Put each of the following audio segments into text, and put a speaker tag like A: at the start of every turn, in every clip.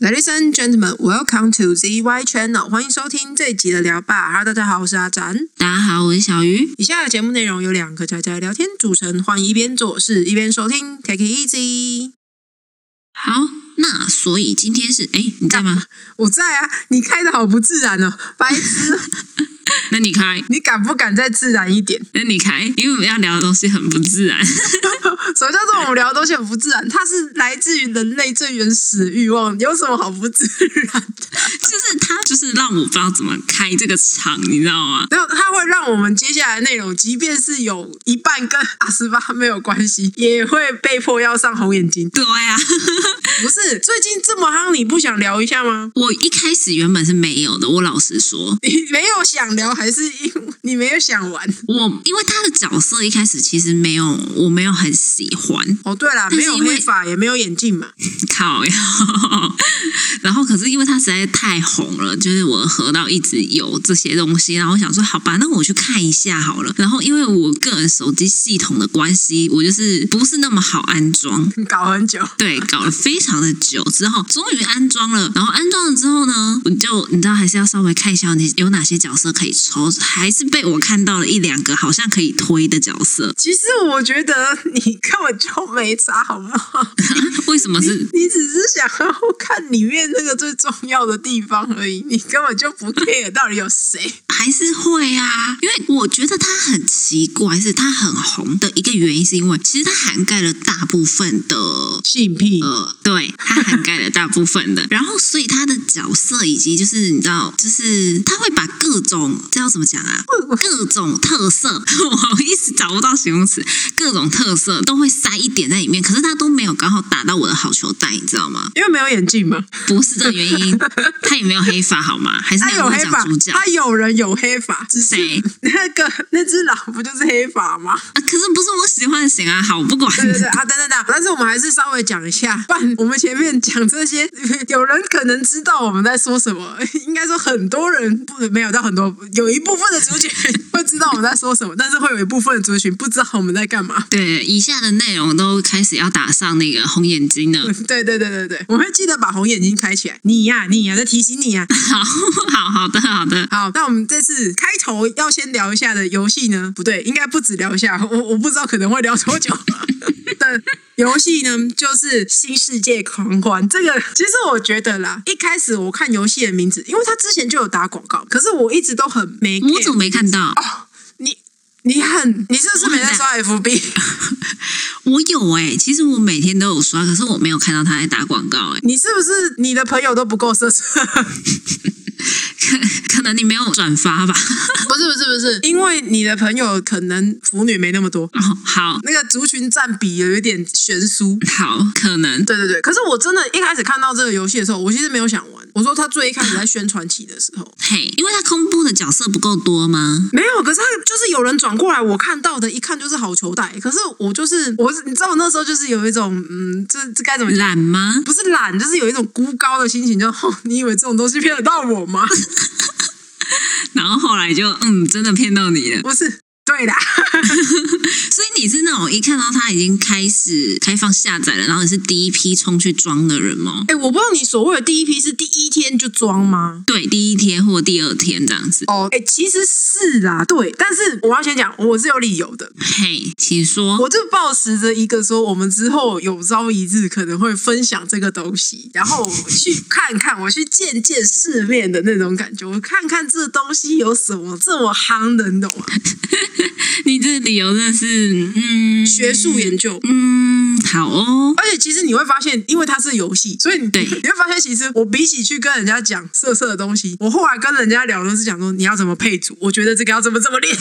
A: Ladies and gentlemen, welcome to ZY Channel，欢迎收听这一集的聊吧。Hello，大家好，我是阿展。
B: 大家好，我是小鱼。
A: 以下的节目内容由两个宅宅聊天组成，欢迎一边做事一边收听，Take it easy。
B: 好，那所以今天是哎，你在吗？
A: 我在啊，你开的好不自然哦，白痴，
B: 那你开，
A: 你敢不敢再自然一点？
B: 那你开，因为我们要聊的东西很不自然。
A: 什么叫做我们聊的东西很不自然？它是来自于人类最原始的欲望，有什么好不自然的？
B: 就是他就是让我不知道怎么开这个场，你知道吗？
A: 然后它会让我们接下来的内容，即便是有一半跟阿斯巴没有关系，也会被迫要上红眼睛。
B: 对啊，
A: 不是最近这么夯，你不想聊一下吗？
B: 我一开始原本是没有的，我老实说，
A: 你没有想聊，还是因为你没有想玩？
B: 我因为他的角色一开始其实没有，我没有很喜欢，
A: 哦，对 啦，
B: 但是
A: 没有
B: 因为
A: 黑发，也没有眼镜嘛。
B: 靠呀！ 然后可是因为他实在太红了，就是我的河道一直有这些东西，然后我想说好吧，那我去看一下好了。然后因为我个人手机系统的关系，我就是不是那么好安装，
A: 搞很久，
B: 对，搞了非常的久之后，终于安装了。然后安装了之后呢，我就你知道还是要稍微看一下你有哪些角色可以抽，还是被我看到了一两个好像可以推的角色。
A: 其实我觉得你根本就没差，好不好？
B: 为什么是？
A: 你只是想要看里面那个最重要的地方而已，你根本就不 care 到底有谁。
B: 还是会啊，因为我觉得它很奇怪，是它很红的一个原因，是因为其实它涵盖了大部分的。
A: 性癖
B: 呃，对，它涵盖了大部分的，然后所以它的角色以及就是你知道，就是它会把各种这要怎么讲啊，
A: 嗯
B: 各种特色， 我一直找不到形容词，各种特色都会塞一点在里面，可是它都没有刚好打到我的好球带，你知道吗？
A: 因为没有眼镜嘛，
B: 不是这个原 因，它也没有黑发好吗？还是
A: 他
B: 你要
A: 有
B: 跟
A: 黑
B: 我
A: 发
B: 讲主，角
A: 他有人有黑发，只是
B: 谁？
A: 那个那只狼不就是黑发吗？
B: 啊，可是不是我喜欢的型啊，好，我不管。
A: 对对对啊，等等等，但是我们还是稍微讲一下，不然我们前面讲这些，有人可能知道我们在说什么，应该说很多人不没有到很多，有一部分的族群 会知道我们在说什么，但是会有一部分的族群不知道我们在干嘛。
B: 对，以下的内容都开始要打上那个红眼睛了。
A: 对对对对对，我会记得把红眼睛开起来。你呀、你呀、在提醒你呀、
B: 好，好，好的，好的。
A: 好，那我们这次开头要先聊一下的游戏呢？不对，应该不止聊一下，我我不知道可能会聊多久 的游戏呢，就是《新世界狂欢》这个。其实我觉得啦，一开始我看游戏的名字，因为它之前就有打广告，可是我一直都很没 care。
B: 我怎么没看到？
A: 你你很你是不是没在刷 FB？
B: 我有哎、其实我每天都有刷，可是我没有看到他在打广告哎、
A: 你是不是你的朋友都不够色 色？
B: 可可能你没有转发吧？
A: 不是不是不是，因为你的朋友可能腐女没那么多，
B: 哦，好，
A: 那个族群占比有一点悬殊。
B: 好，可能
A: 对对对，可是我真的一开始看到这个游戏的时候，我其实没有想玩。我说他最一开始在宣传期的时候
B: 嘿，因为他公布的角色不够多吗？
A: 没有，可是他就是有人转过来，我看到的一看就是好球带。可是我就是我，你知道我那时候就是有一种嗯，这这该怎么讲？
B: 懒吗？
A: 不是懒，就是有一种孤高的心情，就、哦、你以为这种东西骗得到我吗？
B: 然后后来就嗯，真的骗到你 了。
A: 不是， 对啦，
B: 所以你是那种一看到他已经开始开放下载了，然后你是第一批冲去装的人吗？
A: 哎，我不知道你所谓的第一批是第一天就装吗？
B: 对，第一天或第二天这样子。
A: 哦，哎，其实是啦，对，但是我要先讲，我是有理由的，
B: 嘿，请说。
A: 我就抱持着一个说，我们之后有朝一日可能会分享这个东西，然后我去看看，我去见见世面的那种感觉，我看看这东西有什么这么夯的，你懂吗？
B: 嗯你这理由真的是，嗯，
A: 学术研究。
B: 嗯，好哦。
A: 而且其实你会发现，因为它是游戏，所以你
B: 对
A: 你会发现，其实我比起去跟人家讲色色的东西，我后来跟人家聊都是讲说你要怎么配组，我觉得这个要怎么怎么练，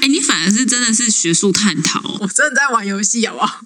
B: 哎，你反而是真的是学术探讨，哦
A: 我真的在玩游戏，好不 好？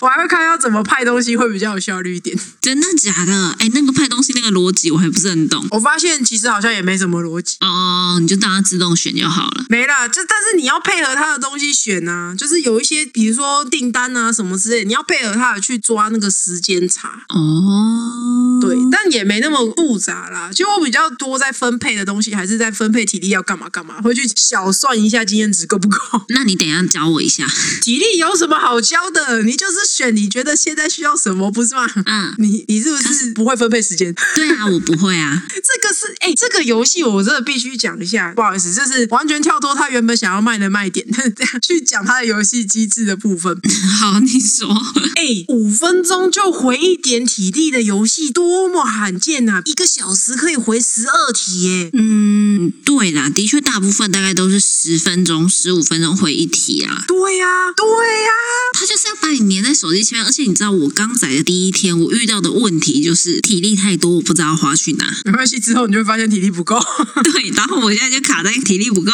A: 我还会看要怎么派东西会比较有效率一点。
B: 真的假的？哎，那个派东西那个逻辑我还不是很懂。
A: 我发现其实好像也没什么逻辑。
B: 哦，你就当它自动选就好了。
A: 没啦，这但是你要配合他的东西选啊，就是有一些，比如说订单啊什么之类，你要配合他的去抓那个时间差。
B: 哦，
A: 对，但也没那么复杂啦。其实我比较多在分配的东西，还是在分配体力要干嘛干嘛，会去小算一下经验值够 不够。
B: 那你等一下教我一下。
A: 体力有什么好教的？你就是选你觉得现在需要什么，不是吗？
B: 嗯
A: 你你是不是不会分配时间？
B: 对啊，我不会啊。
A: 这个是哎、这个游戏我真的必须讲一下，不好意思，这是完全跳脱他原本想要卖的卖点， 去讲他的游戏机制的部分。
B: 好，你说。
A: 哎、五分钟就回一点体力的游戏多么罕见呐、一个小时可以回十二题耶、
B: 嗯，对啦，的确大部分大概都是十分钟、十五分钟回一题啊。
A: 对呀、对呀、
B: 他就是要把你粘在手机前面，而且你知道我刚载的第一天，我遇到的问题就是体力太多，我不知道花去 哪。
A: 没关系，之后你就会发现体力不够，
B: 对，然后我现在就卡在体力不够。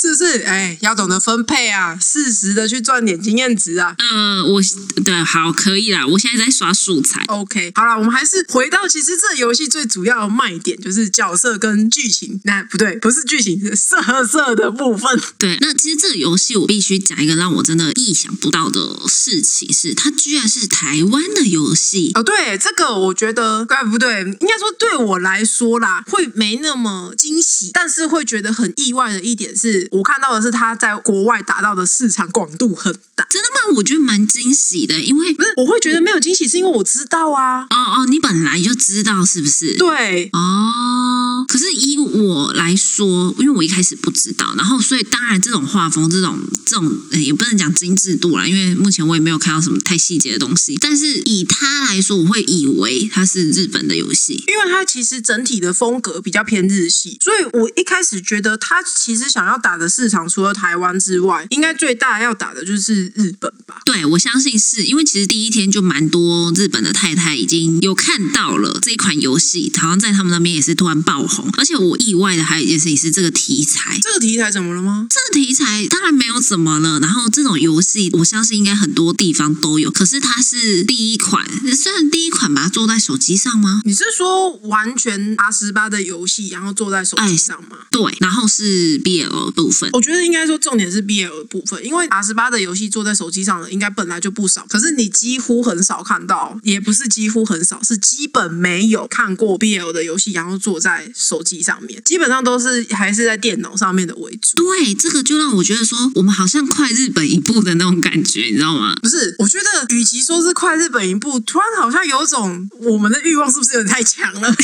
A: 是不是？哎、要懂得分配啊，适时的去赚点经验值啊。
B: 呃，我对，好，可以啦。我现在在刷素材。
A: OK，好了，我们还是回到其实这游戏最主要的卖点就是角色跟剧情，那不对，不是剧情，是色色的部分。
B: 对，那其实这个游戏我必须讲一个让我真的意想不到的事情是，它居然是台湾的游戏。
A: 哦，对，这个我觉得该哎不对，应该说对我来说啦，会没那么惊喜，但是会觉得很意外的一点是，我看到的是它在国外达到的市场广度很大，
B: 真的吗？我觉得蛮惊喜的，因为
A: 不是，我会觉得没有惊喜是因为我知道啊，
B: 哦哦，你本来就知道是不是？
A: 对，
B: 哦，可是以我来说，因为我一开始不知道，然后所以当然这种画风、这种这种、呃也不能讲精致度啦，因为目前我也没有看到什么太细节的东西。但是以它来说，我会以为它是日本的游戏。
A: 因为它其实整体的风格比较偏日系，所以我一开始觉得它其实想要打的市场，除了台湾之外，应该最大要打的就是日本吧。
B: 对，我相信是因为其实第一天就蛮多日本的太太已经有看到了这一款游戏，好像在他们那边也是突然爆红。而且我意外的还有一件事情是这个题材，
A: 这个题材怎么了吗？
B: 这个题材当然没有怎么了，然后这种游戏我相信应该很多地方都有，可是它是第一款，虽然第一款把它做在手机上吗？
A: 你是说完全 R 十八的游戏，然后坐在手机上吗？
B: 对，然后是 BL 部分，
A: 我觉得应该说重点是 BL 的部分，因为 R 十八的游戏坐在手机上的应该本来就不少，可是你几乎很少看到，也不是几乎很少，是基本没有看过 BL 的游戏，然后坐在手机上面，基本上都是还是在电脑上面的为主。
B: 对，这个就让我觉得说我们好像快日本一步的那种感觉，你知道吗？
A: 不是，我觉得与其说是快日本一步，突然好像有种我们的欲望是不是有点太强了？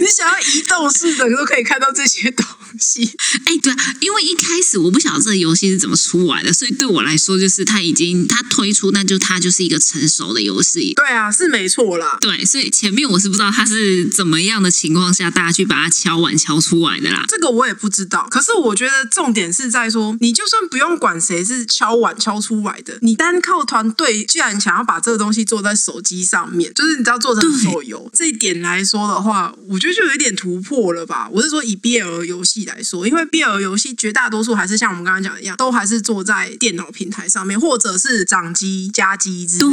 A: 你想要移动式的都可以看到这些东西，
B: 哎，对、啊，因为一开始我不晓得这个游戏是怎么出来的，所以对我来说就是它已经它推出，那就它就是一个成熟的游戏。
A: 对啊，是没错啦。
B: 对，所以前面我是不知道它是怎么样的情况下，大家去把它敲完敲出来的啦。
A: 这个我也不知道，可是我觉得重点是在说，你就算不用管谁是敲碗敲出来的，你单靠团队，居然想要把这个东西做在手机上面，就是你知道做成
B: 对
A: 手游这一点来说的话，我觉得就有一点突破了吧。我是说以 BL 游戏来说，因为 BL 游戏绝大多数还是像我们刚刚讲的一样，都还是做在电脑平台上面，或者是掌机、加机之类的。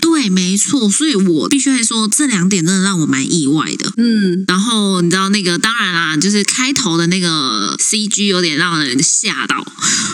B: 对对，没错，所以我必须来说，这两点真的让我蛮意外的。
A: 嗯，
B: 然后你知道那个，当然啦，就是开头的那个 CG 有点让人吓到，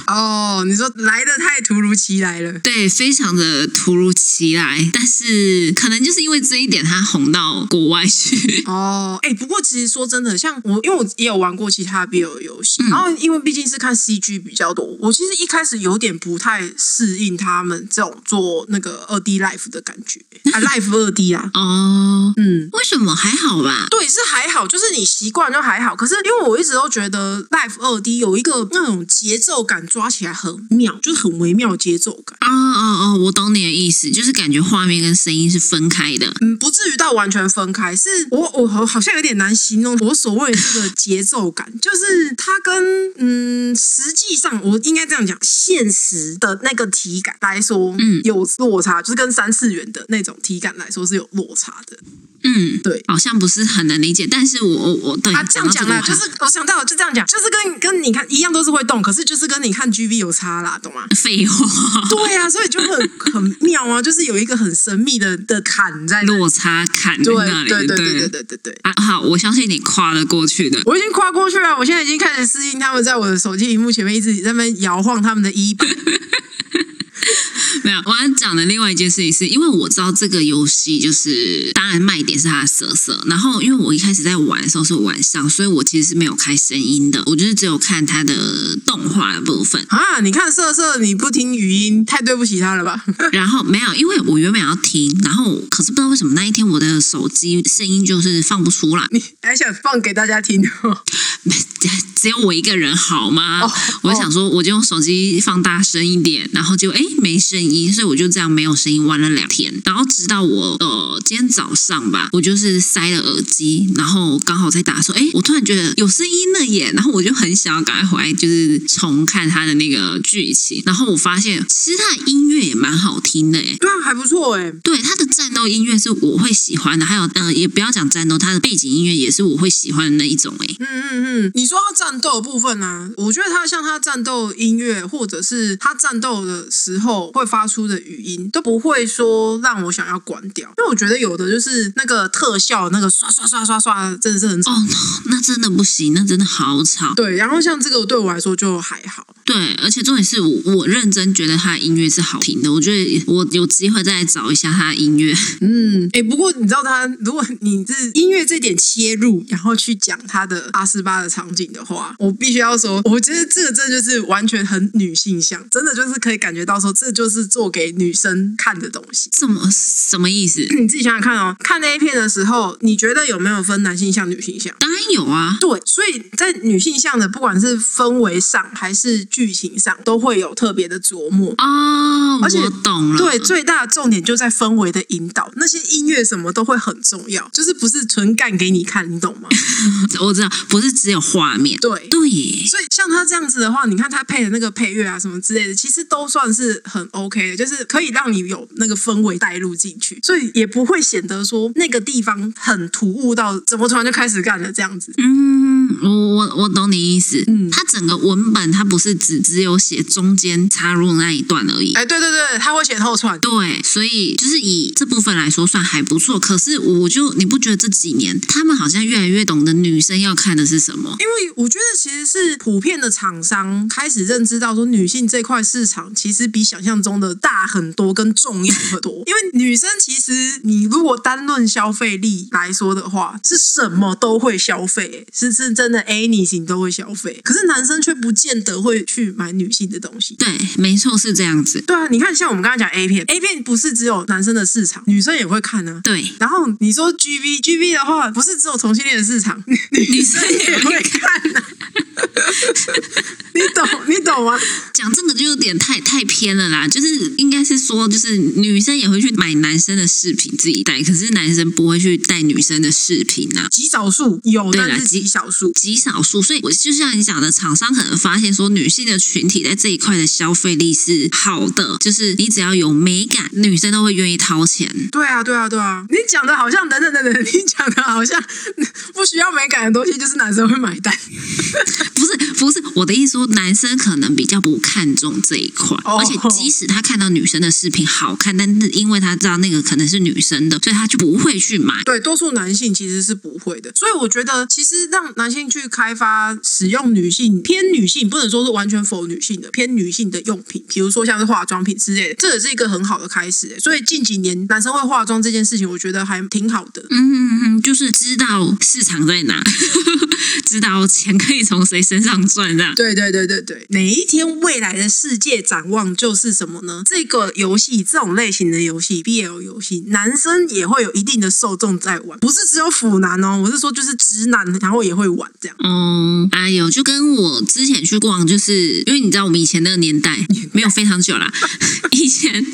A: 哦，你说来的太突如其来了。
B: 对，非常的突如其来。但是可能就是因为这一点，它红到国外去。
A: 哦，哎、不过其实说真的，像我，因为我也有玩过其他 BL 游戏，然后因为毕竟是看 CG 比较多，我其实一开始有点不太适应他们这种做那个二 D life 的感觉，啊，life 二 D 啊，
B: 哦，
A: 嗯。
B: 为什么还好吧？
A: 对，是还好，就是你习惯就还好。可是因为我一直都觉得 Life 二 D 有一个那种节奏感抓起来很妙，就是很微妙的节奏感。
B: 哦哦哦，我懂你的意思，就是感觉画面跟声音是分开的。
A: 嗯，不至于到完全分开，是我我好好像有点难形容我所谓的这个节奏感，就是它跟嗯，实际上我应该这样讲，现实的那个体感来说，
B: 嗯
A: 有落差，就是跟三次元的那种体感来说是有落差的。
B: 嗯，
A: 对
B: 好像不是很能理解，但是我我我对
A: 啊，这样
B: 到
A: 讲
B: 个
A: 啦，
B: 我
A: 就是我想到了就这样讲，就是跟跟你看一样都是会动，可是就是跟你看 G V 有差啦，懂吗？
B: 废话，
A: 对啊，所以就很很妙啊，就是有一个很神秘的的坎在那里。
B: 落差感在
A: 对
B: 那里。
A: 对对
B: 对
A: 对对嗯对对对。
B: 啊，好，我相信你跨得过去的。
A: 我已经跨过去了，我现在已经开始适应他们在我的手机荧幕前面一直在那边摇晃他们的衣摆。
B: 没有，我要讲的另外一件事情是，因为我知道这个游戏就是，当然卖点是它的色色。然后，因为我一开始在玩的时候是晚上，所以我其实是没有开声音的，我就是只有看它的动画的 部分。
A: 啊！你看色色，你不听语音，太对不起他了吧？
B: 然后没有，因为我原本要听，然后可是不知道为什么那一天我的手机声音就是放不出来，
A: 你 还想放给大家听哦？
B: 只有我一个人好吗？
A: 哦
B: 我就想说，我就用手机放大声一点，然后就哎没声音，所以我就这样没有声音玩了两天，然后直到我呃今天早上吧，我就是塞了耳机，然后刚好在打说，哎，我突然觉得有声音了耶，然后我就很想要赶快回来就是重看它的那个剧情，然后我发现其实它的音乐也蛮好听的耶。
A: 对啊，还不错哎、
B: 对它的战斗音乐是我会喜欢的，还有呃，也不要讲战斗，它的背景音乐也是我会喜欢的那一种诶。
A: 嗯嗯嗯，你说到战斗的部分呢、我觉得他像他战斗音乐，或者是他战斗的时候会发出的语音，都不会说让我想要关掉，因为我觉得有的就是那个特效，那个刷刷刷刷刷，真的是很吵。
B: 哦，那真的不行，那真的好吵。
A: 对，然后像这个对我来说就还好，
B: 对，而且重点是我我认真觉得他的音乐是好听的，我觉得我有机会再来找一下他的音乐。
A: 嗯，哎，不过你知道他，如果你是音乐这点切入，然后去讲他的阿斯巴的场景的话，我必须要说，我觉得这个真的就是完全很女性向，真的就是可以感觉到说，这就是做给女生看的东西。
B: 什么什么意思？
A: 你自己想想看哦，看 A 片的时候，你觉得有没有分男性向、女性向？
B: 当然有啊，
A: 对，所以在女性向的，不管是氛围上还是剧情上，都会有特别的琢磨。
B: 哦，
A: 而且
B: 我懂了。
A: 对，最大的重点就在氛围的引导，那些音乐什么都会很重要，就是不是纯干给你看，你懂吗？
B: 我知道，不是只有画面。
A: 对。
B: 对耶，
A: 所以像他这样子的话，你看他配的那个配乐啊什么之类的，其实都算是很 OK 的，就是可以让你有那个氛围带入进去，所以也不会显得说那个地方很突兀到怎么突然就开始干了这样子。
B: 嗯，我我我懂你意思。
A: 嗯
B: 它整个文本它不是只只有写中间插入那一段而已。
A: 哎，对对对，他会写后传，
B: 对，所以就是以这部分来说算还不错。可是我就你不觉得这几年他们好像越来越懂得女生要看的是什么？
A: 因为我觉得其实是普遍的厂商开始认知到说，女性这块市场其实比想象中的大很多，跟重要很多。因为女生其实你如果单论消费力来说的话，是什么都会消费，欸是是真的 anything 都会消费。可是男生却不见得会去买女性的东西。
B: 对，没错是这样子。
A: 对啊，你看，像我们刚才讲 A 片，A 片不是只有男生的市场，女生也会看啊呢、
B: 对，
A: 然后你说 G B G B 的话，不是只有同性恋的市场，女女生也会看的、啊 你懂你懂吗？
B: 讲这个就有点太太偏了啦。就是应该是说，就是女生也会去买男生的饰品自己戴，可是男生不会去戴女生的饰品啊。
A: 极少数有，
B: 对啦
A: 但是极
B: 极
A: 少数。
B: 极少数，所以我就像你讲的，厂商可能发现说，女性的群体在这一块的消费力是好的，就是你只要有美感，女生都会愿意掏钱。
A: 对啊，对啊，对啊！你讲的好像等等等等，你讲的好像不需要美感的东西，就是男生会买单。
B: 不是不是，我的意思说，男生可能比较不看重这一块，
A: 哦
B: 而且即使他看到女生的视频好看，但是因为他知道那个可能是女生的，所以他就不会去买。
A: 对，多数男性其实是不会的，所以我觉得其实让男性去开发使用女性偏女性，不能说是完全否女性的偏女性的用品，比如说像是化妆品之类的，这也是一个很好的开始欸。所以近几年男生会化妆这件事情，我觉得还挺好的。
B: 嗯，就是知道市场在哪， 知道钱可以从谁身上赚这样。
A: 对对对对对，哪一天未来的世界展望就是什么呢？这个游戏这种类型的游戏，BL 游戏，男生也会有一定的受众在玩，不是只有腐男哦，我是说就是直男，然后也会玩这样。
B: 嗯，哎呦，就跟我之前去逛，就是因为你知道我们以前那个年代没有非常久 啦，以前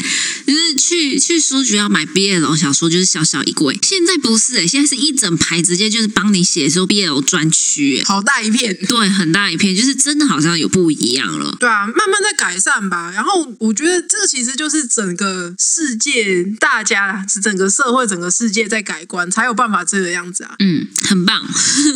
B: 就是去去书局要买 BL 小说，就是小小一柜，现在不是、欸，现在是一整排，直接就是帮你写说 BL 专区、欸，
A: 好大一片。
B: 对，很大一片，就是真的好像有不一样了。，
A: 对啊，慢慢在改善吧。然后我觉得这其实就是整个世界，大家啦，是整个社会、整个世界在改观，才有办法这个样子啊
B: 嗯，很棒。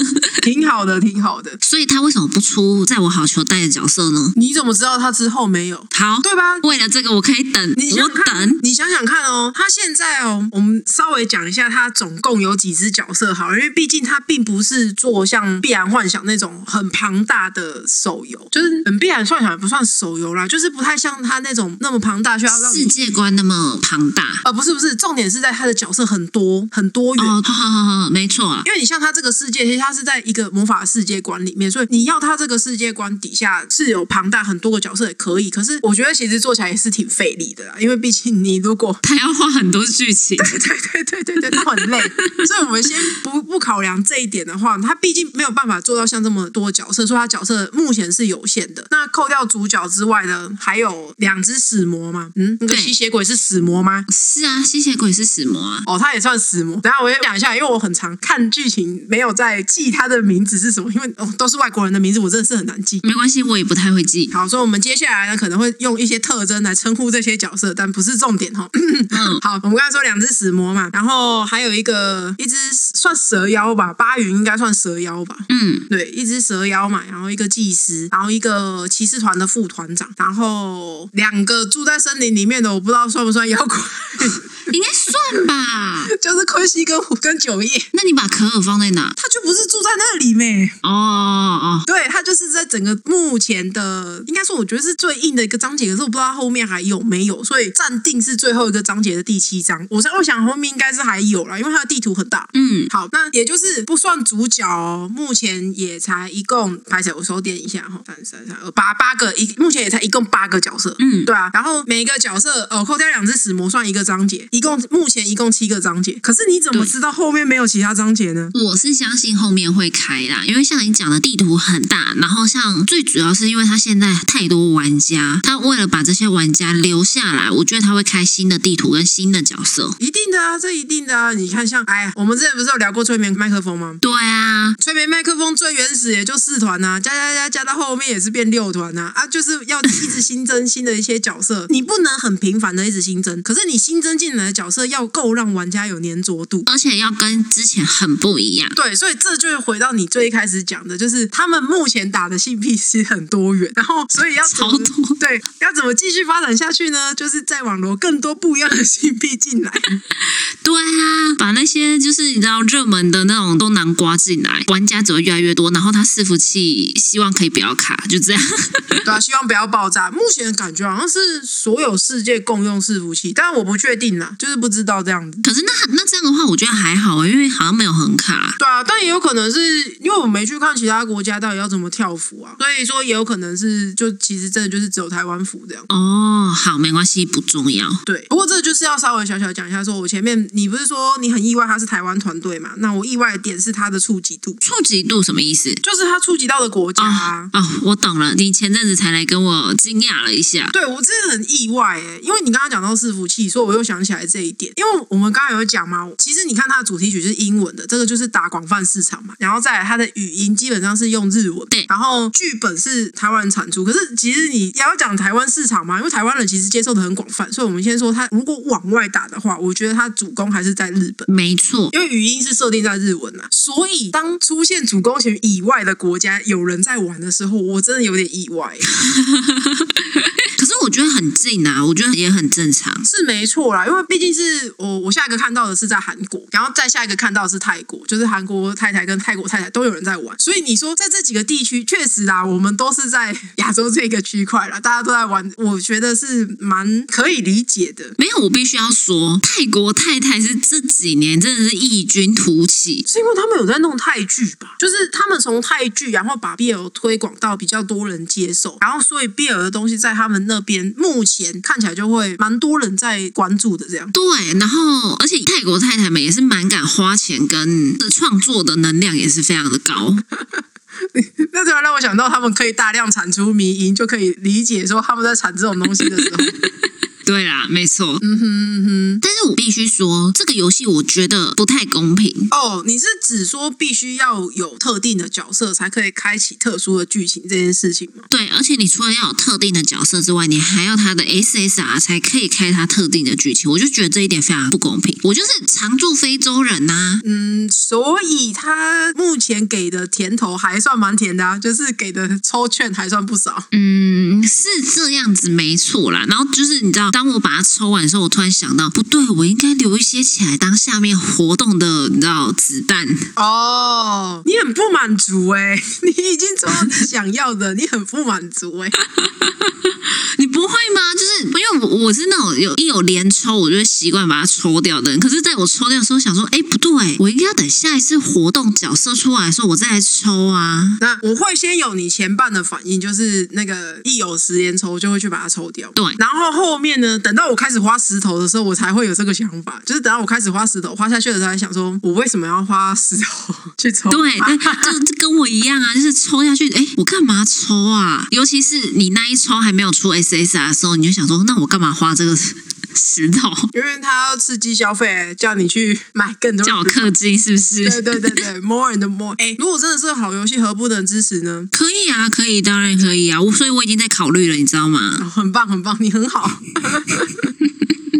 A: 挺好的，挺好的。
B: 所以他为什么不出在我好球带的角色呢？
A: 你怎么知道他之后没有？
B: 好，
A: 对吧？
B: 为了这个我可以等，
A: 你想
B: 我
A: 看
B: 人，
A: 你想想看哦，他现在哦，我们稍微讲一下他总共有几只角色好了，因为毕竟他并不是做像《必然幻想》那种很庞大的手游，就是嗯，《必然幻想》也不算手游啦，就是不太像他那种那么庞大，需要让
B: 世
A: 你。
B: 界观那么庞大。
A: 呃，不是不是，重点是在他的角色很多很多元，
B: 哦，好好好好，没错啊，
A: 因为你像他这个世界，其实他是在一个魔法世界观里面，所以你要他这个世界观底下是有庞大很多个角色也可以。可是我觉得其实做起来也是挺费力的啦，因为毕竟你如果
B: 他要画很多剧情。
A: 对对对对对，他很累，所以我们先不不考量这一点的话，他毕竟没有办法做到像这么多角色，所以他角色目前是有限的。那扣掉主角之外呢，还有两只死魔嘛？嗯，那个
B: 对
A: 吸血鬼是死魔吗？
B: 是啊，吸血鬼是死魔啊，
A: 哦，他也算死魔。等一下我也讲一下，因为我很常看剧情，没有在记他的名字是什么，因为哦都是外国人的名字，我真的是很难记。
B: 没关系，我也不太会记。
A: 好，所以我们接下来呢可能会用一些特征来称呼这些角色，但不是重点哈。
B: 嗯，
A: 好，我们刚才说两只死魔嘛，然后还有一个一只算蛇妖吧，巴云应该算蛇妖吧。
B: 嗯，
A: 对，一只蛇妖嘛，然后一个祭司，然后一个骑士团的副团长，然后两个住在森林里面的，我不知道算不算妖怪，
B: 应该算吧。
A: 就是昆西跟虎跟九叶，
B: 那你把可尔放在哪？
A: 他就不是住在那里咩？
B: 哦哦，哦
A: 对他就是在整个目前的，应该说我觉得是最硬的一个章节，可是我不知道它后面还有没有，所以暂定是最后一个章节的第七章。我想我想后面应该是还有啦，因为它的地图很大。
B: 嗯，
A: 好，那也就是不算主角、哦，目前也才一共，拍手我手点一下哈、哦，三三三二八八个，一目前也才一共八个角色，
B: 嗯
A: 对啊，然后每一个角色哦，扣掉两只死魔算一个章节，一共目前一共七个章
B: 嗯
A: 节，可是你怎么
B: 对
A: 知道后面没有其他章节呢？
B: 我是相信后面会开啦，因为像你讲的地图很大，然后像最主要是因为他现在太多玩家，他为了把这些玩家留下来，我觉得他会开新的地图跟新的角色。
A: 一定的啊，这一定的啊！你看像，哎，我们之前不是有聊过催眠麦克风吗？
B: 对啊，
A: 催眠麦克风最原始也就四团呐、加加加加到后面也是变六团呐、啊，就是要一直新增新的一些角色， 你不能很频繁的一直新增，可是你新增进来的角色要够让玩家有粘着度。
B: 而且要跟之前很不一样。
A: 对，所以这就回到你最一开始讲的，就是他们目前打的性癖是很多元，然后所以要怎么
B: 超多
A: 对，要怎么继续发展下去呢？就是再网罗更多不一样的性癖进来。
B: 对啊，把那些就是你知道热门的那种都南瓜进来，玩家只会越来越多，然后他伺服器希望可以不要卡，就这样。
A: 对啊，希望不要爆炸。目前感觉好像是所有世界共用伺服器，但我不确定啦，就是不知道这样子。
B: 可是那那这样的话，我觉得还好啊，因为好像没有很卡。
A: 对啊，但也有可能是因为我没去看其他国家到底要怎么跳服啊，所以说也有可能是就其实真的就是只有台湾服这样。
B: 哦，好，没关系，不重要。
A: 对，不过这就是要稍微小小讲一下说我前面你不是说你很意外他是台湾团队嘛？那我意外的点是他的触及度，
B: 触及度什么意思？
A: 就是他触及到的国家、啊
B: 哦。哦，我懂了。你前阵子才来跟我惊讶了一下，
A: 对我真的很意外哎，因为你刚刚讲到伺服器，所以我又想起来这一点。因为我们刚刚有讲嘛，其实你看它的主题曲是英文的，这个就是打广泛市场嘛。然后再来它的语音基本上是用日文，
B: 对
A: 然后剧本是台湾人产出，可是其实你要讲台湾市场嘛，因为台湾人其实接受的很广泛，所以我们先说它如果往外打的话，我觉得它主攻还是在日本。
B: 没错。
A: 因为语音是设定在日文啊，所以当出现主攻权以外的国家有人在玩的时候，我真的有点意外。欸
B: 可是我觉得很近啊，我觉得也很正常。
A: 是没错啦，因为毕竟是我我下一个看到的是在韩国，然后再下一个看到的是泰国，就是韩国太太跟泰国太太都有人在玩，所以你说在这几个地区，确实啦，我们都是在 亚洲这个区块啦，大家都在玩，我觉得是蛮可以理解的。
B: 没有，我必须要说，泰国太太是这几年真的是异军突起。
A: 是因为他们有在弄泰剧吧？就是他们从泰剧，然后把 BL 推广到比较多人接受，然后所以 BL 的东西在他们那边目前看起来就会蛮多人在关注的这样。
B: 对，然后而且泰国太太们也是蛮敢花钱，跟呃创作的能量也是非常的 高。
A: 那突然让我想到，他们可以大量产出迷音，就可以理解说他们在产这种东西的时候，
B: 对啦，没错。嗯哼嗯哼。但是我必须说，这个游戏我觉得不太公平。
A: 哦，你是指说必须要有特定的角色才可以开启特殊的剧情这件事情吗？
B: 对，而且你除了要有特定的角色之外，你还要他的 SSR 才可以开他特定的剧情，我就觉得这一点非常不公平。我就是常驻非洲人啊呐、
A: 嗯，所以他目前给的甜头还算蛮甜的、啊，就是给的抽券还算不少。
B: 嗯，是这样子没错啦。然后就是你知道，当当我把它抽完的时候，我突然想到，不对，我应该留一些起来当下面活动的，你知道子弹。
A: 哦，你很不满足哎、 你已经抽到你想要的，你很不满足哎、
B: 你不会吗？就是因为我我是那种有一有连抽，我就会习惯把它抽掉的人。可是在我抽掉的时候，想说，哎，不对，我应该要等下一次活动角色出来的时候，我再来抽啊。
A: 那我会先有你前半的反应，就是那个一有十连抽就会去把它抽掉。
B: 对
A: 然后后面呢，等到我开始花石头的时候，我才会有这个想法，就是等到我开始花石头花下去的时候，才想说我为什么要花石头 去抽？
B: 对，对，就就跟我一样啊，就是抽下去，哎，我干嘛抽啊？尤其是你那一抽还没有出 SSR 的时候，你就想说，那我干嘛花这个石头？
A: 因为他要刺激消费，叫你去买更多。
B: 叫我氪金是不是？
A: 对对对 对，more and more。哎，如果真的是好游戏，何不能支持呢？
B: 可以啊，可以，当然可以啊。我所以我已经在考虑了，你知道吗？
A: 哦很棒很棒，你很 好。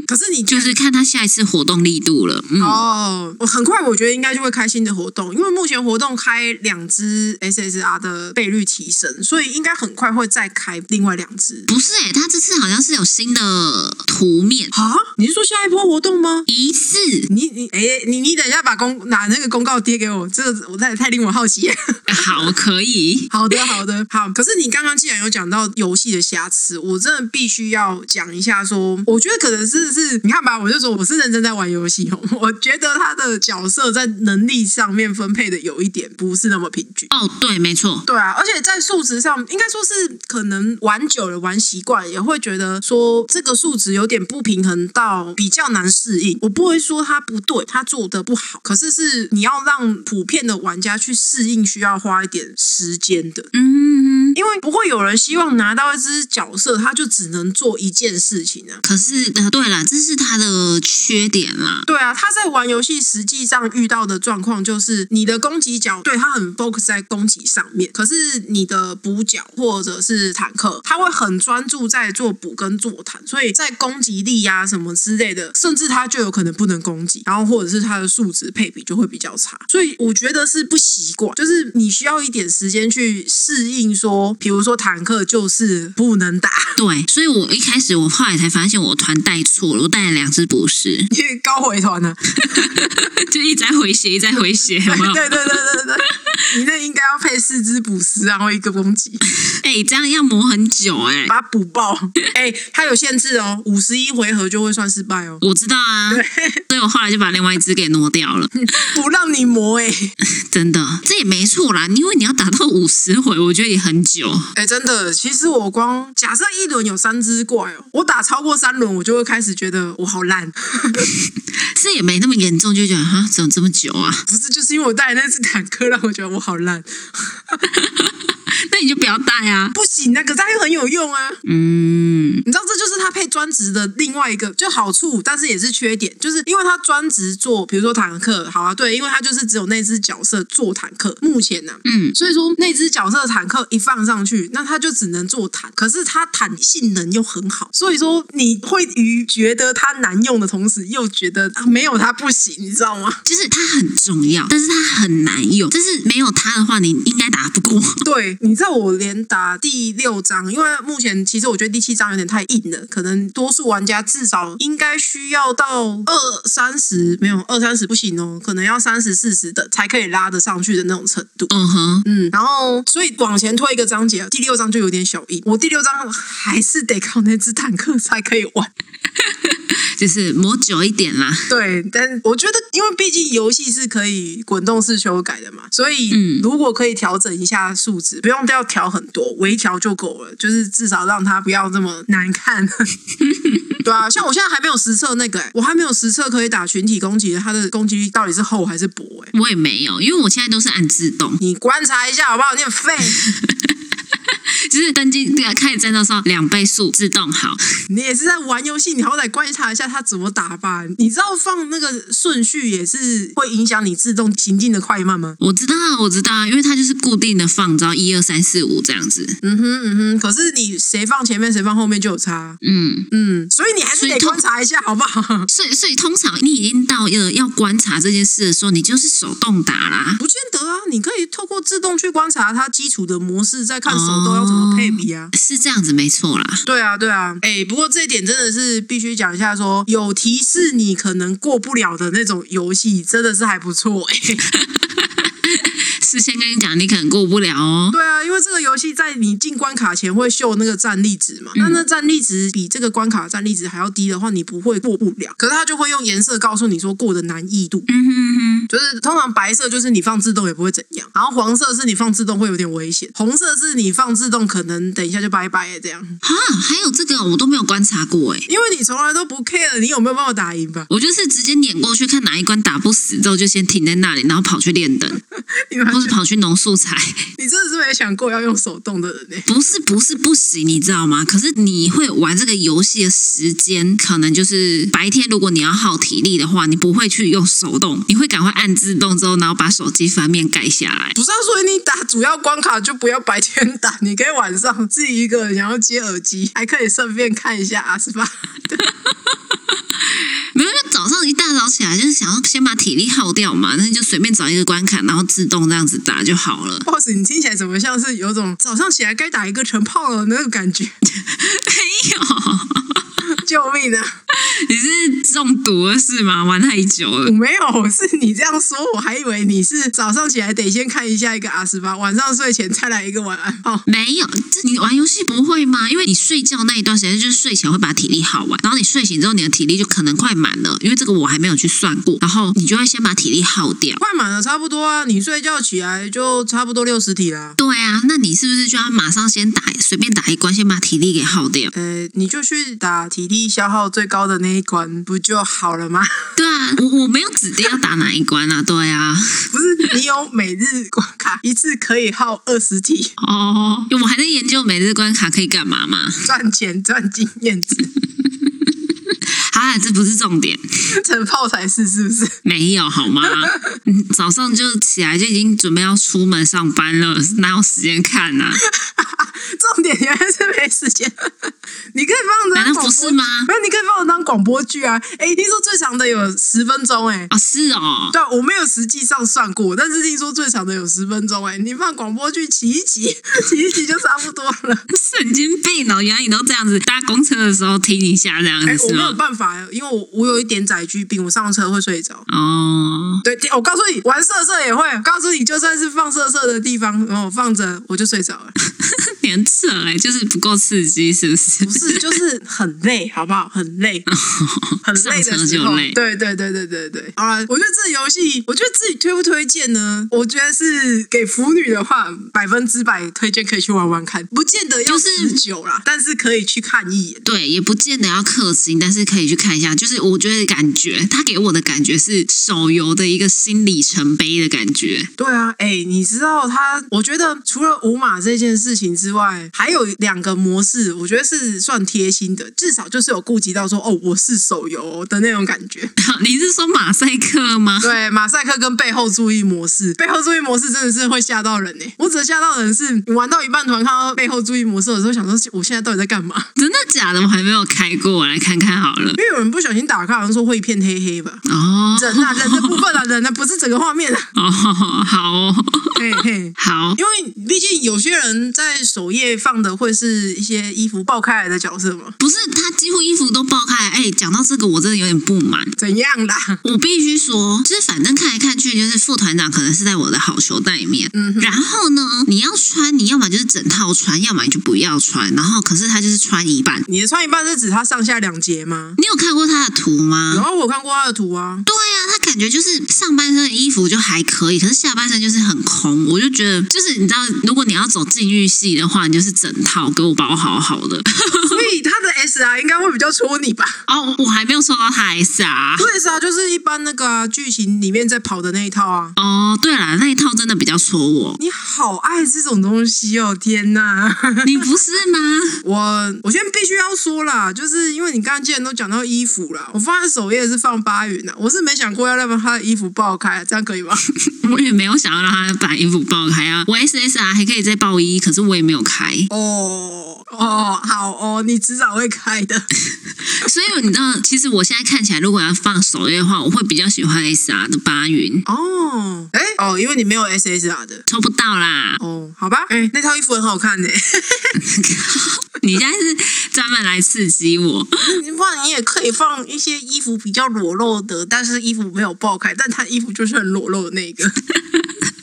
A: 可是你
B: 就是看他下一次活动力度了。嗯，
A: 哦，我很快我觉得应该就会开新的活动，因为目前活动开两只 SSR 的倍率提升，所以应该很快会再开另外两只。
B: 不是哎、他这次好像是有新的图面，
A: 啊，你是说下一波活动吗？
B: 疑似
A: 你你哎、你你等一下把公拿那个公告贴给我，这个我太太令我好 奇。
B: 好可以。
A: 好的，好的，好。可是你刚刚既然有讲到游戏的瑕疵，我真的必须要讲一下说，我觉得可能是是，你看吧，我就说我是认真在玩游戏哦，我觉得他的角色在能力上面分配的有一点不是那么平均。
B: 哦，对，没错，
A: 对啊，而且在数值上，应该说是可能玩久了玩习惯，也会觉得说这个数值有点不平衡到比较难适应。我不会说它不对，它做的不好，可是是你要让普遍的玩家去适应，需要花一点时间的。
B: 嗯。
A: 因为不会有人希望拿到一只角色，他就只能做一件事情啊。
B: 可是，呃，对啦，这是他的缺点啦。
A: 对啊，他在玩游戏实际上遇到的状况就是，你的攻击角对他很 focus 在攻击上面，可是你的补角或者是坦克，他会很专注在做补跟做坦，所以在攻击力呀、什么之类的，甚至他就有可能不能攻击，然后或者是他的数值配比就会比较差。所以我觉得是不习惯，就是你需要一点时间去适应说比如说坦克就是不能打，
B: 对，所以我一开始我后来才发现我团带错了，我带了两只博士，
A: 因为高回团呢、啊。
B: 就一直在回血，一直在回血，有没有？
A: 对对对对对对，你那应该要配四只捕食，然后一个攻击，
B: 哎、这样要磨很久哎、
A: 把它补 爆。哎、它有限制哦，五十一回合就会算失 败哦，
B: 我知道啊，所以我后来就把另外一只给挪掉了。
A: 不让你磨哎、
B: 真的，这也没错啦，因为你要打到五十回，我觉得也很久。
A: 哎、真的，其实我光假设一轮有三只怪哦，我打超过三轮，我就会开始觉得我好烂，
B: 这也没那么严重，就觉得哈，怎么这么久啊？
A: 不是就是因为我带的那只坦克让我觉得我好烂，
B: 那你就不要带啊。
A: 不行啊，可是它又很有用啊，
B: 嗯，
A: 你知道这就是他配专职的另外一个就好处，但是也是缺点，就是因为他专职做，比如说坦克，好啊，对，因为他就是只有那只角色做坦克，目前呢、
B: 嗯，
A: 所以说那只角色坦克一放上去，那他就只能做坦，可是他坦性能又很好，所以说你会于觉得它难用的同时，又觉得、啊、没有它不行，你知道吗？
B: 就是它很重要，但是它很难用。但是没有它的话，你应该打不过。
A: 对，你知道我连打第六章，因为目前其实我觉得第七章有点太硬了，可能多数玩家至少应该需要到二三十，没有二三十不行哦，可能要三十四十的才可以拉得上去的那种程度。
B: 嗯哼，
A: 嗯，然后所以往前推一个章节，啊第六章就有点小硬。我第六章还是得靠那只坦克才可以玩。
B: 就是磨久一点啦。
A: 对，但我觉得，因为毕竟游戏是可以滚动式修改的嘛，所以如果可以调整一下数值，不用要调很多，微调就够了，就是至少让它不要这么难看。 对啊，像我现在还没有实测那个、欸，我还没有实测可以打群体攻击的，它的攻击力到底是厚还是薄、欸？哎，
B: 我也没有，因为我现在都是按自动，
A: 你观察一下好不好？你很废，
B: 就是登记对啊，开始战斗的时候两倍速自动好。
A: 你也是在玩游戏，你好歹观察一下它怎么打吧。你知道放那个顺序也是会影响你自动行进的快慢吗？
B: 我知道，我知道，因为它就是固定的放，然后一二三四五这样子。
A: 嗯哼嗯哼，可是你谁放前面谁放后面就有差，
B: 嗯，
A: 嗯，所以你还是
B: 所
A: 得
B: 以通
A: 观察一下，好不 好？
B: 所以所以通常你已经到了要观察这件事的时候，你就是手动打啦。
A: 不见得啊，你可以透过自动去观察它基础的模式，再看手动要怎么么配比啊。
B: 是这样子没错啦。
A: 对啊，对啊，哎，不过这一点真的是必须讲一下说，有提示你可能过不了的那种游戏，真的是还不错哎、
B: 事先跟你讲，你可能过不了哦。
A: 对啊，因为这个游戏在你进关卡前会秀那个战力值嘛，
B: 嗯
A: 那那战力值比这个关卡战力值还要低的话，你不会过不了。可是它就会用颜色告诉你说过的难易度，
B: 嗯哼哼，
A: 就是通常白色就是你放自动也不会怎样，然后黄色是你放自动会有点危险，红色是你放自动可能等一下就拜拜了这样，
B: 啊，还有这个我都没有观察过哎、
A: 因为你从来都不 care 你有没有办法打赢 吧，
B: 我就是直接碾过去，看哪一关打不死之后，就先停在那里，然后跑去练灯，
A: 你完
B: 或
A: 全
B: 是跑去农素材。
A: 你真的是没想过要用手动的人欸呢、
B: 不是不是不行，你知道吗？可是你会玩这个游戏的时间，可能就是白天，如果你要耗体力的话，你不会去用手动，你会赶快按自动之后，然后把手机翻面盖下来。
A: 不是、啊，所以你打主要关卡就不要白天打，你可以晚上自己一个人，然后接耳机，还可以顺便看一下 阿斯巴。
B: 没有，就早上一大早起来就是想要先把体力耗掉嘛，那你就随便找一个关卡，然后自动这样子打就好了。
A: boss，你听起来怎么像是有种早上起来该打一个晨炮了那种感觉？
B: 没有，
A: 救命啊！
B: 你是中毒了是吗？玩太久了
A: 我。没有，是你这样说，我还以为你是早上起来得先看一下一个阿斯巴，晚上睡前再来一个晚安哦炮。
B: 没有，这你玩游戏不会吗？因为你睡觉那一段时间，就是睡前会把体力耗完，然后你睡醒之后，你的体力就可能快满了，因为这个我还没有去算过，然后你就会先把体力耗掉。
A: 快满了，差不多啊！你睡觉起来就差不多六十题啦。
B: 对啊，那你是不是就要马上先打，随便打一关，先把体力给耗掉？
A: 呃，你就去打体力消耗最高的那一关，不就好了吗？
B: 对啊，我我没有指定要打哪一关啊，对啊，
A: 不是，你有每日关卡，一次可以耗二十题，
B: 哦，因为我还在研究每日关卡可以干嘛嘛。
A: 赚钱赚经验值，
B: 好啊，这不是重点，
A: 成泡才是是不是？
B: 没有好吗？ 嗯早上就起来就已经准备要出门上班了，哪有时间看啊？
A: 重点原来是没时间， 你可以放我当
B: 难
A: 广播
B: 道不是吗
A: 没有，你可以放我当广播剧啊！哎，听说最长的有十分钟、哎。
B: 哦，是哦，
A: 对，我没有实际上算过，但是听说最长的有十分钟、哎，你放广播剧骑一骑， 骑一骑就差不多 了。
B: 神经病哦！原来你都这样子，搭公车的时候听一下这样
A: 哎、
B: 子
A: 我
B: 是
A: 没有
B: 吗？
A: 办法，因为我我有一点载具病，我上车会睡着。
B: 哦，
A: 对，我告诉你，玩色色也会。我告诉你，就算是放色色的地方，然后我放着我就睡着了。
B: 你很扯哎、就是不够刺激，是不是？
A: 不是，就是很累，好不好？很累，嗯很累的
B: 上车
A: 时
B: 就
A: 候。
B: 累
A: 对对对对对对。好了，我觉得这游戏，我觉得自己推不推荐呢？我觉得是给腐女的话，百分之百推荐可以去玩玩看，不见得要
B: 就是
A: 持久啦，但是可以去看一眼。
B: 对，也不见得要氪金，但是可以去看一下。就是我觉得感觉，它给我的感觉是手游的一个新里程碑的感觉。
A: 对啊，哎、你知道它？我觉得除了五马这件事情之外，还有两个模式，我觉得是算贴心的，至少就是有顾及到说，哦，我是手游哦的那种感觉。
B: 你是说马赛克吗？
A: 对，马赛克跟背后注意模式，背后注意模式真的是会吓到人呢、我只吓到人是你玩到一半，突然看到背后注意模式的时候，想说我现在到底在干嘛？
B: 真的假的？我还没有开过，我来看看好了。
A: 因为有人不小心打开，好像说会一片黑黑吧。
B: 哦，
A: 人啊，人的部分啊，人啊，不是整个画面啊。
B: 哦，好哦，
A: 嘿嘿。
B: 好，
A: 因为毕竟有些人在首页放的会是一些衣服爆开来的角色嘛，
B: 不是他几乎衣服都爆开。哎，讲到这个，我真的有点不满。
A: 怎样啦？
B: 我必须说，就是反正看来看去，就是副团长可能是在我的好球袋里面。嗯，然后呢，你要穿，你要么就是整套穿，要么你就不要穿。然后，可是他就是穿一半。
A: 你的穿一半是指它上下两截吗？
B: 你有看过他的图吗？
A: 然后我有看过他的图啊，
B: 对啊，他感觉就是上半身的衣服就还可以，可是下半身就是很空。我就觉得，就是你知道，如果你要走禁欲系的话，你就是整套给我包好好的。
A: 所以他的 S R 应该会比较戳你吧？
B: 哦，我还没有收到他 S 啊。
A: 不是啊，就是一般那个啊剧、情里面在跑的那一套啊。
B: 哦，对啦，那一套真的比较戳我，
A: 你好爱这种东西哦，天哪！
B: 你不是吗？
A: 我我现在必须要说啦，就是因为你刚刚既然都讲到衣服啦，我放在首页是放八云啦，我是没想过要让它的衣服爆开，这样可以吗？
B: 我也没有想要让他把衣服爆开啊，我 SSR 还可以再爆衣，可是我也没有开，
A: 哦哦，好哦，你迟早会开的。
B: 所以你知道，其实我现在看起来，如果要放首页的话，我会比较喜欢 SR 的八云，
A: 哦，哎哦，因为你没有 SSR 的。
B: 抽不到啦。
A: 哦，好吧，哎、那套衣服很好看呢、
B: 你现在是专门来刺激 我，
A: 不然你也可以放一些衣服比较裸露的，但是衣服没有爆开，但他衣服就是很裸露的那个。
B: 好啦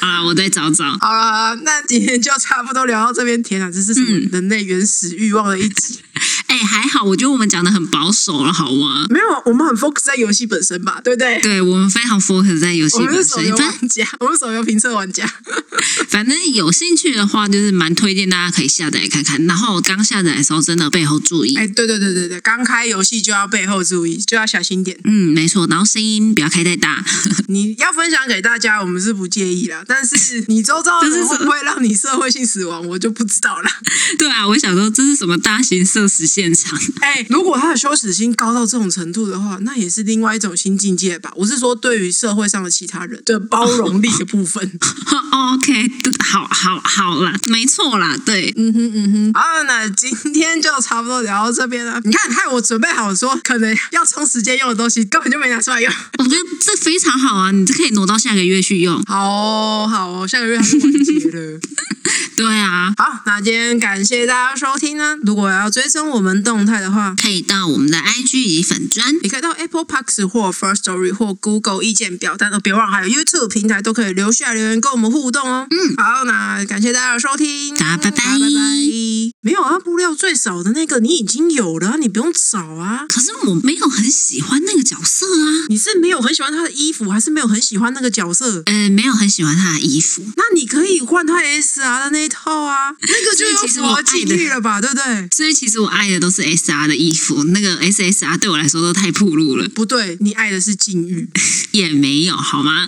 B: 好啦，我再找找。
A: 好啦，那今天就差不多聊到这边。天啊，这是什么人类原始欲望的一集？
B: 哎、还好，我觉得我们讲的很保守了，好吗？
A: 没有，啊，我们很 focus 在游戏本身吧，对不对？
B: 对我们非常 focus 在游戏
A: 我们
B: 本
A: 是手游
B: 身，反
A: 玩家，我们是手游评测玩家。
B: 反正有兴趣的话，就是蛮推荐大家可以下载来看看。然后刚下载的时候，真的背后注意，
A: 哎、对对对对对，刚开游戏就要背后注意，就要小心点。
B: 嗯，没错。然后声音不要开太大，
A: 你要分享给大家，我们是不介意啦。但是 你周遭的
B: 这是
A: 人
B: 什
A: 会
B: 么
A: 不会让你社会性死亡，我就不知道啦。
B: 对啊，我想说这是什么大型社死现场？
A: 哎、如果他的羞耻心高到这种程度的话，那也是另外一种新境界吧。我是说，对于社会上的其他人的包容力的部分。
B: 哦 OK，好好好啦，没错啦，对，
A: 嗯哼 嗯哼。好，那今天就差不多聊到这边了。你看，害我准备好说可能要充时间用的东西，根本就没拿出来用。
B: 我觉得这非常好啊，你这可以挪到下个月去用。
A: 好哦，好哦，下个月还是完结 了。
B: 对啊，
A: 好，那今天感谢大家收听呢。如果要追踪我们动态的话，
B: 可以到我们的 IG 以及粉砖。
A: 你可以到 Apple Parks 或 First Story 或 Google 意见表单，哦，别忘了还有 YouTube 平台都可以留下留言跟我们互动哦。嗯，好，那感谢大家的收听，
B: 大家拜拜
A: 拜拜。没有啊，布料最少的那个你已经有了啊，你不用找啊。
B: 可是我没有很喜欢那个角色啊，
A: 你是没有很喜欢他的衣服，还是没有很喜欢那个角色？
B: 呃，没有很喜欢他的衣服。
A: 那你可以换他 SR 的那一套啊，那个就有
B: 所以其实
A: 符
B: 我
A: 合
B: 爱
A: 纪
B: 的
A: 律了吧，对不对？
B: 所以其实我爱的都是 S R 的衣服，那个 S S R 对我来说都太暴露了，
A: 不对，你爱的是禁欲。
B: 也没有好吗？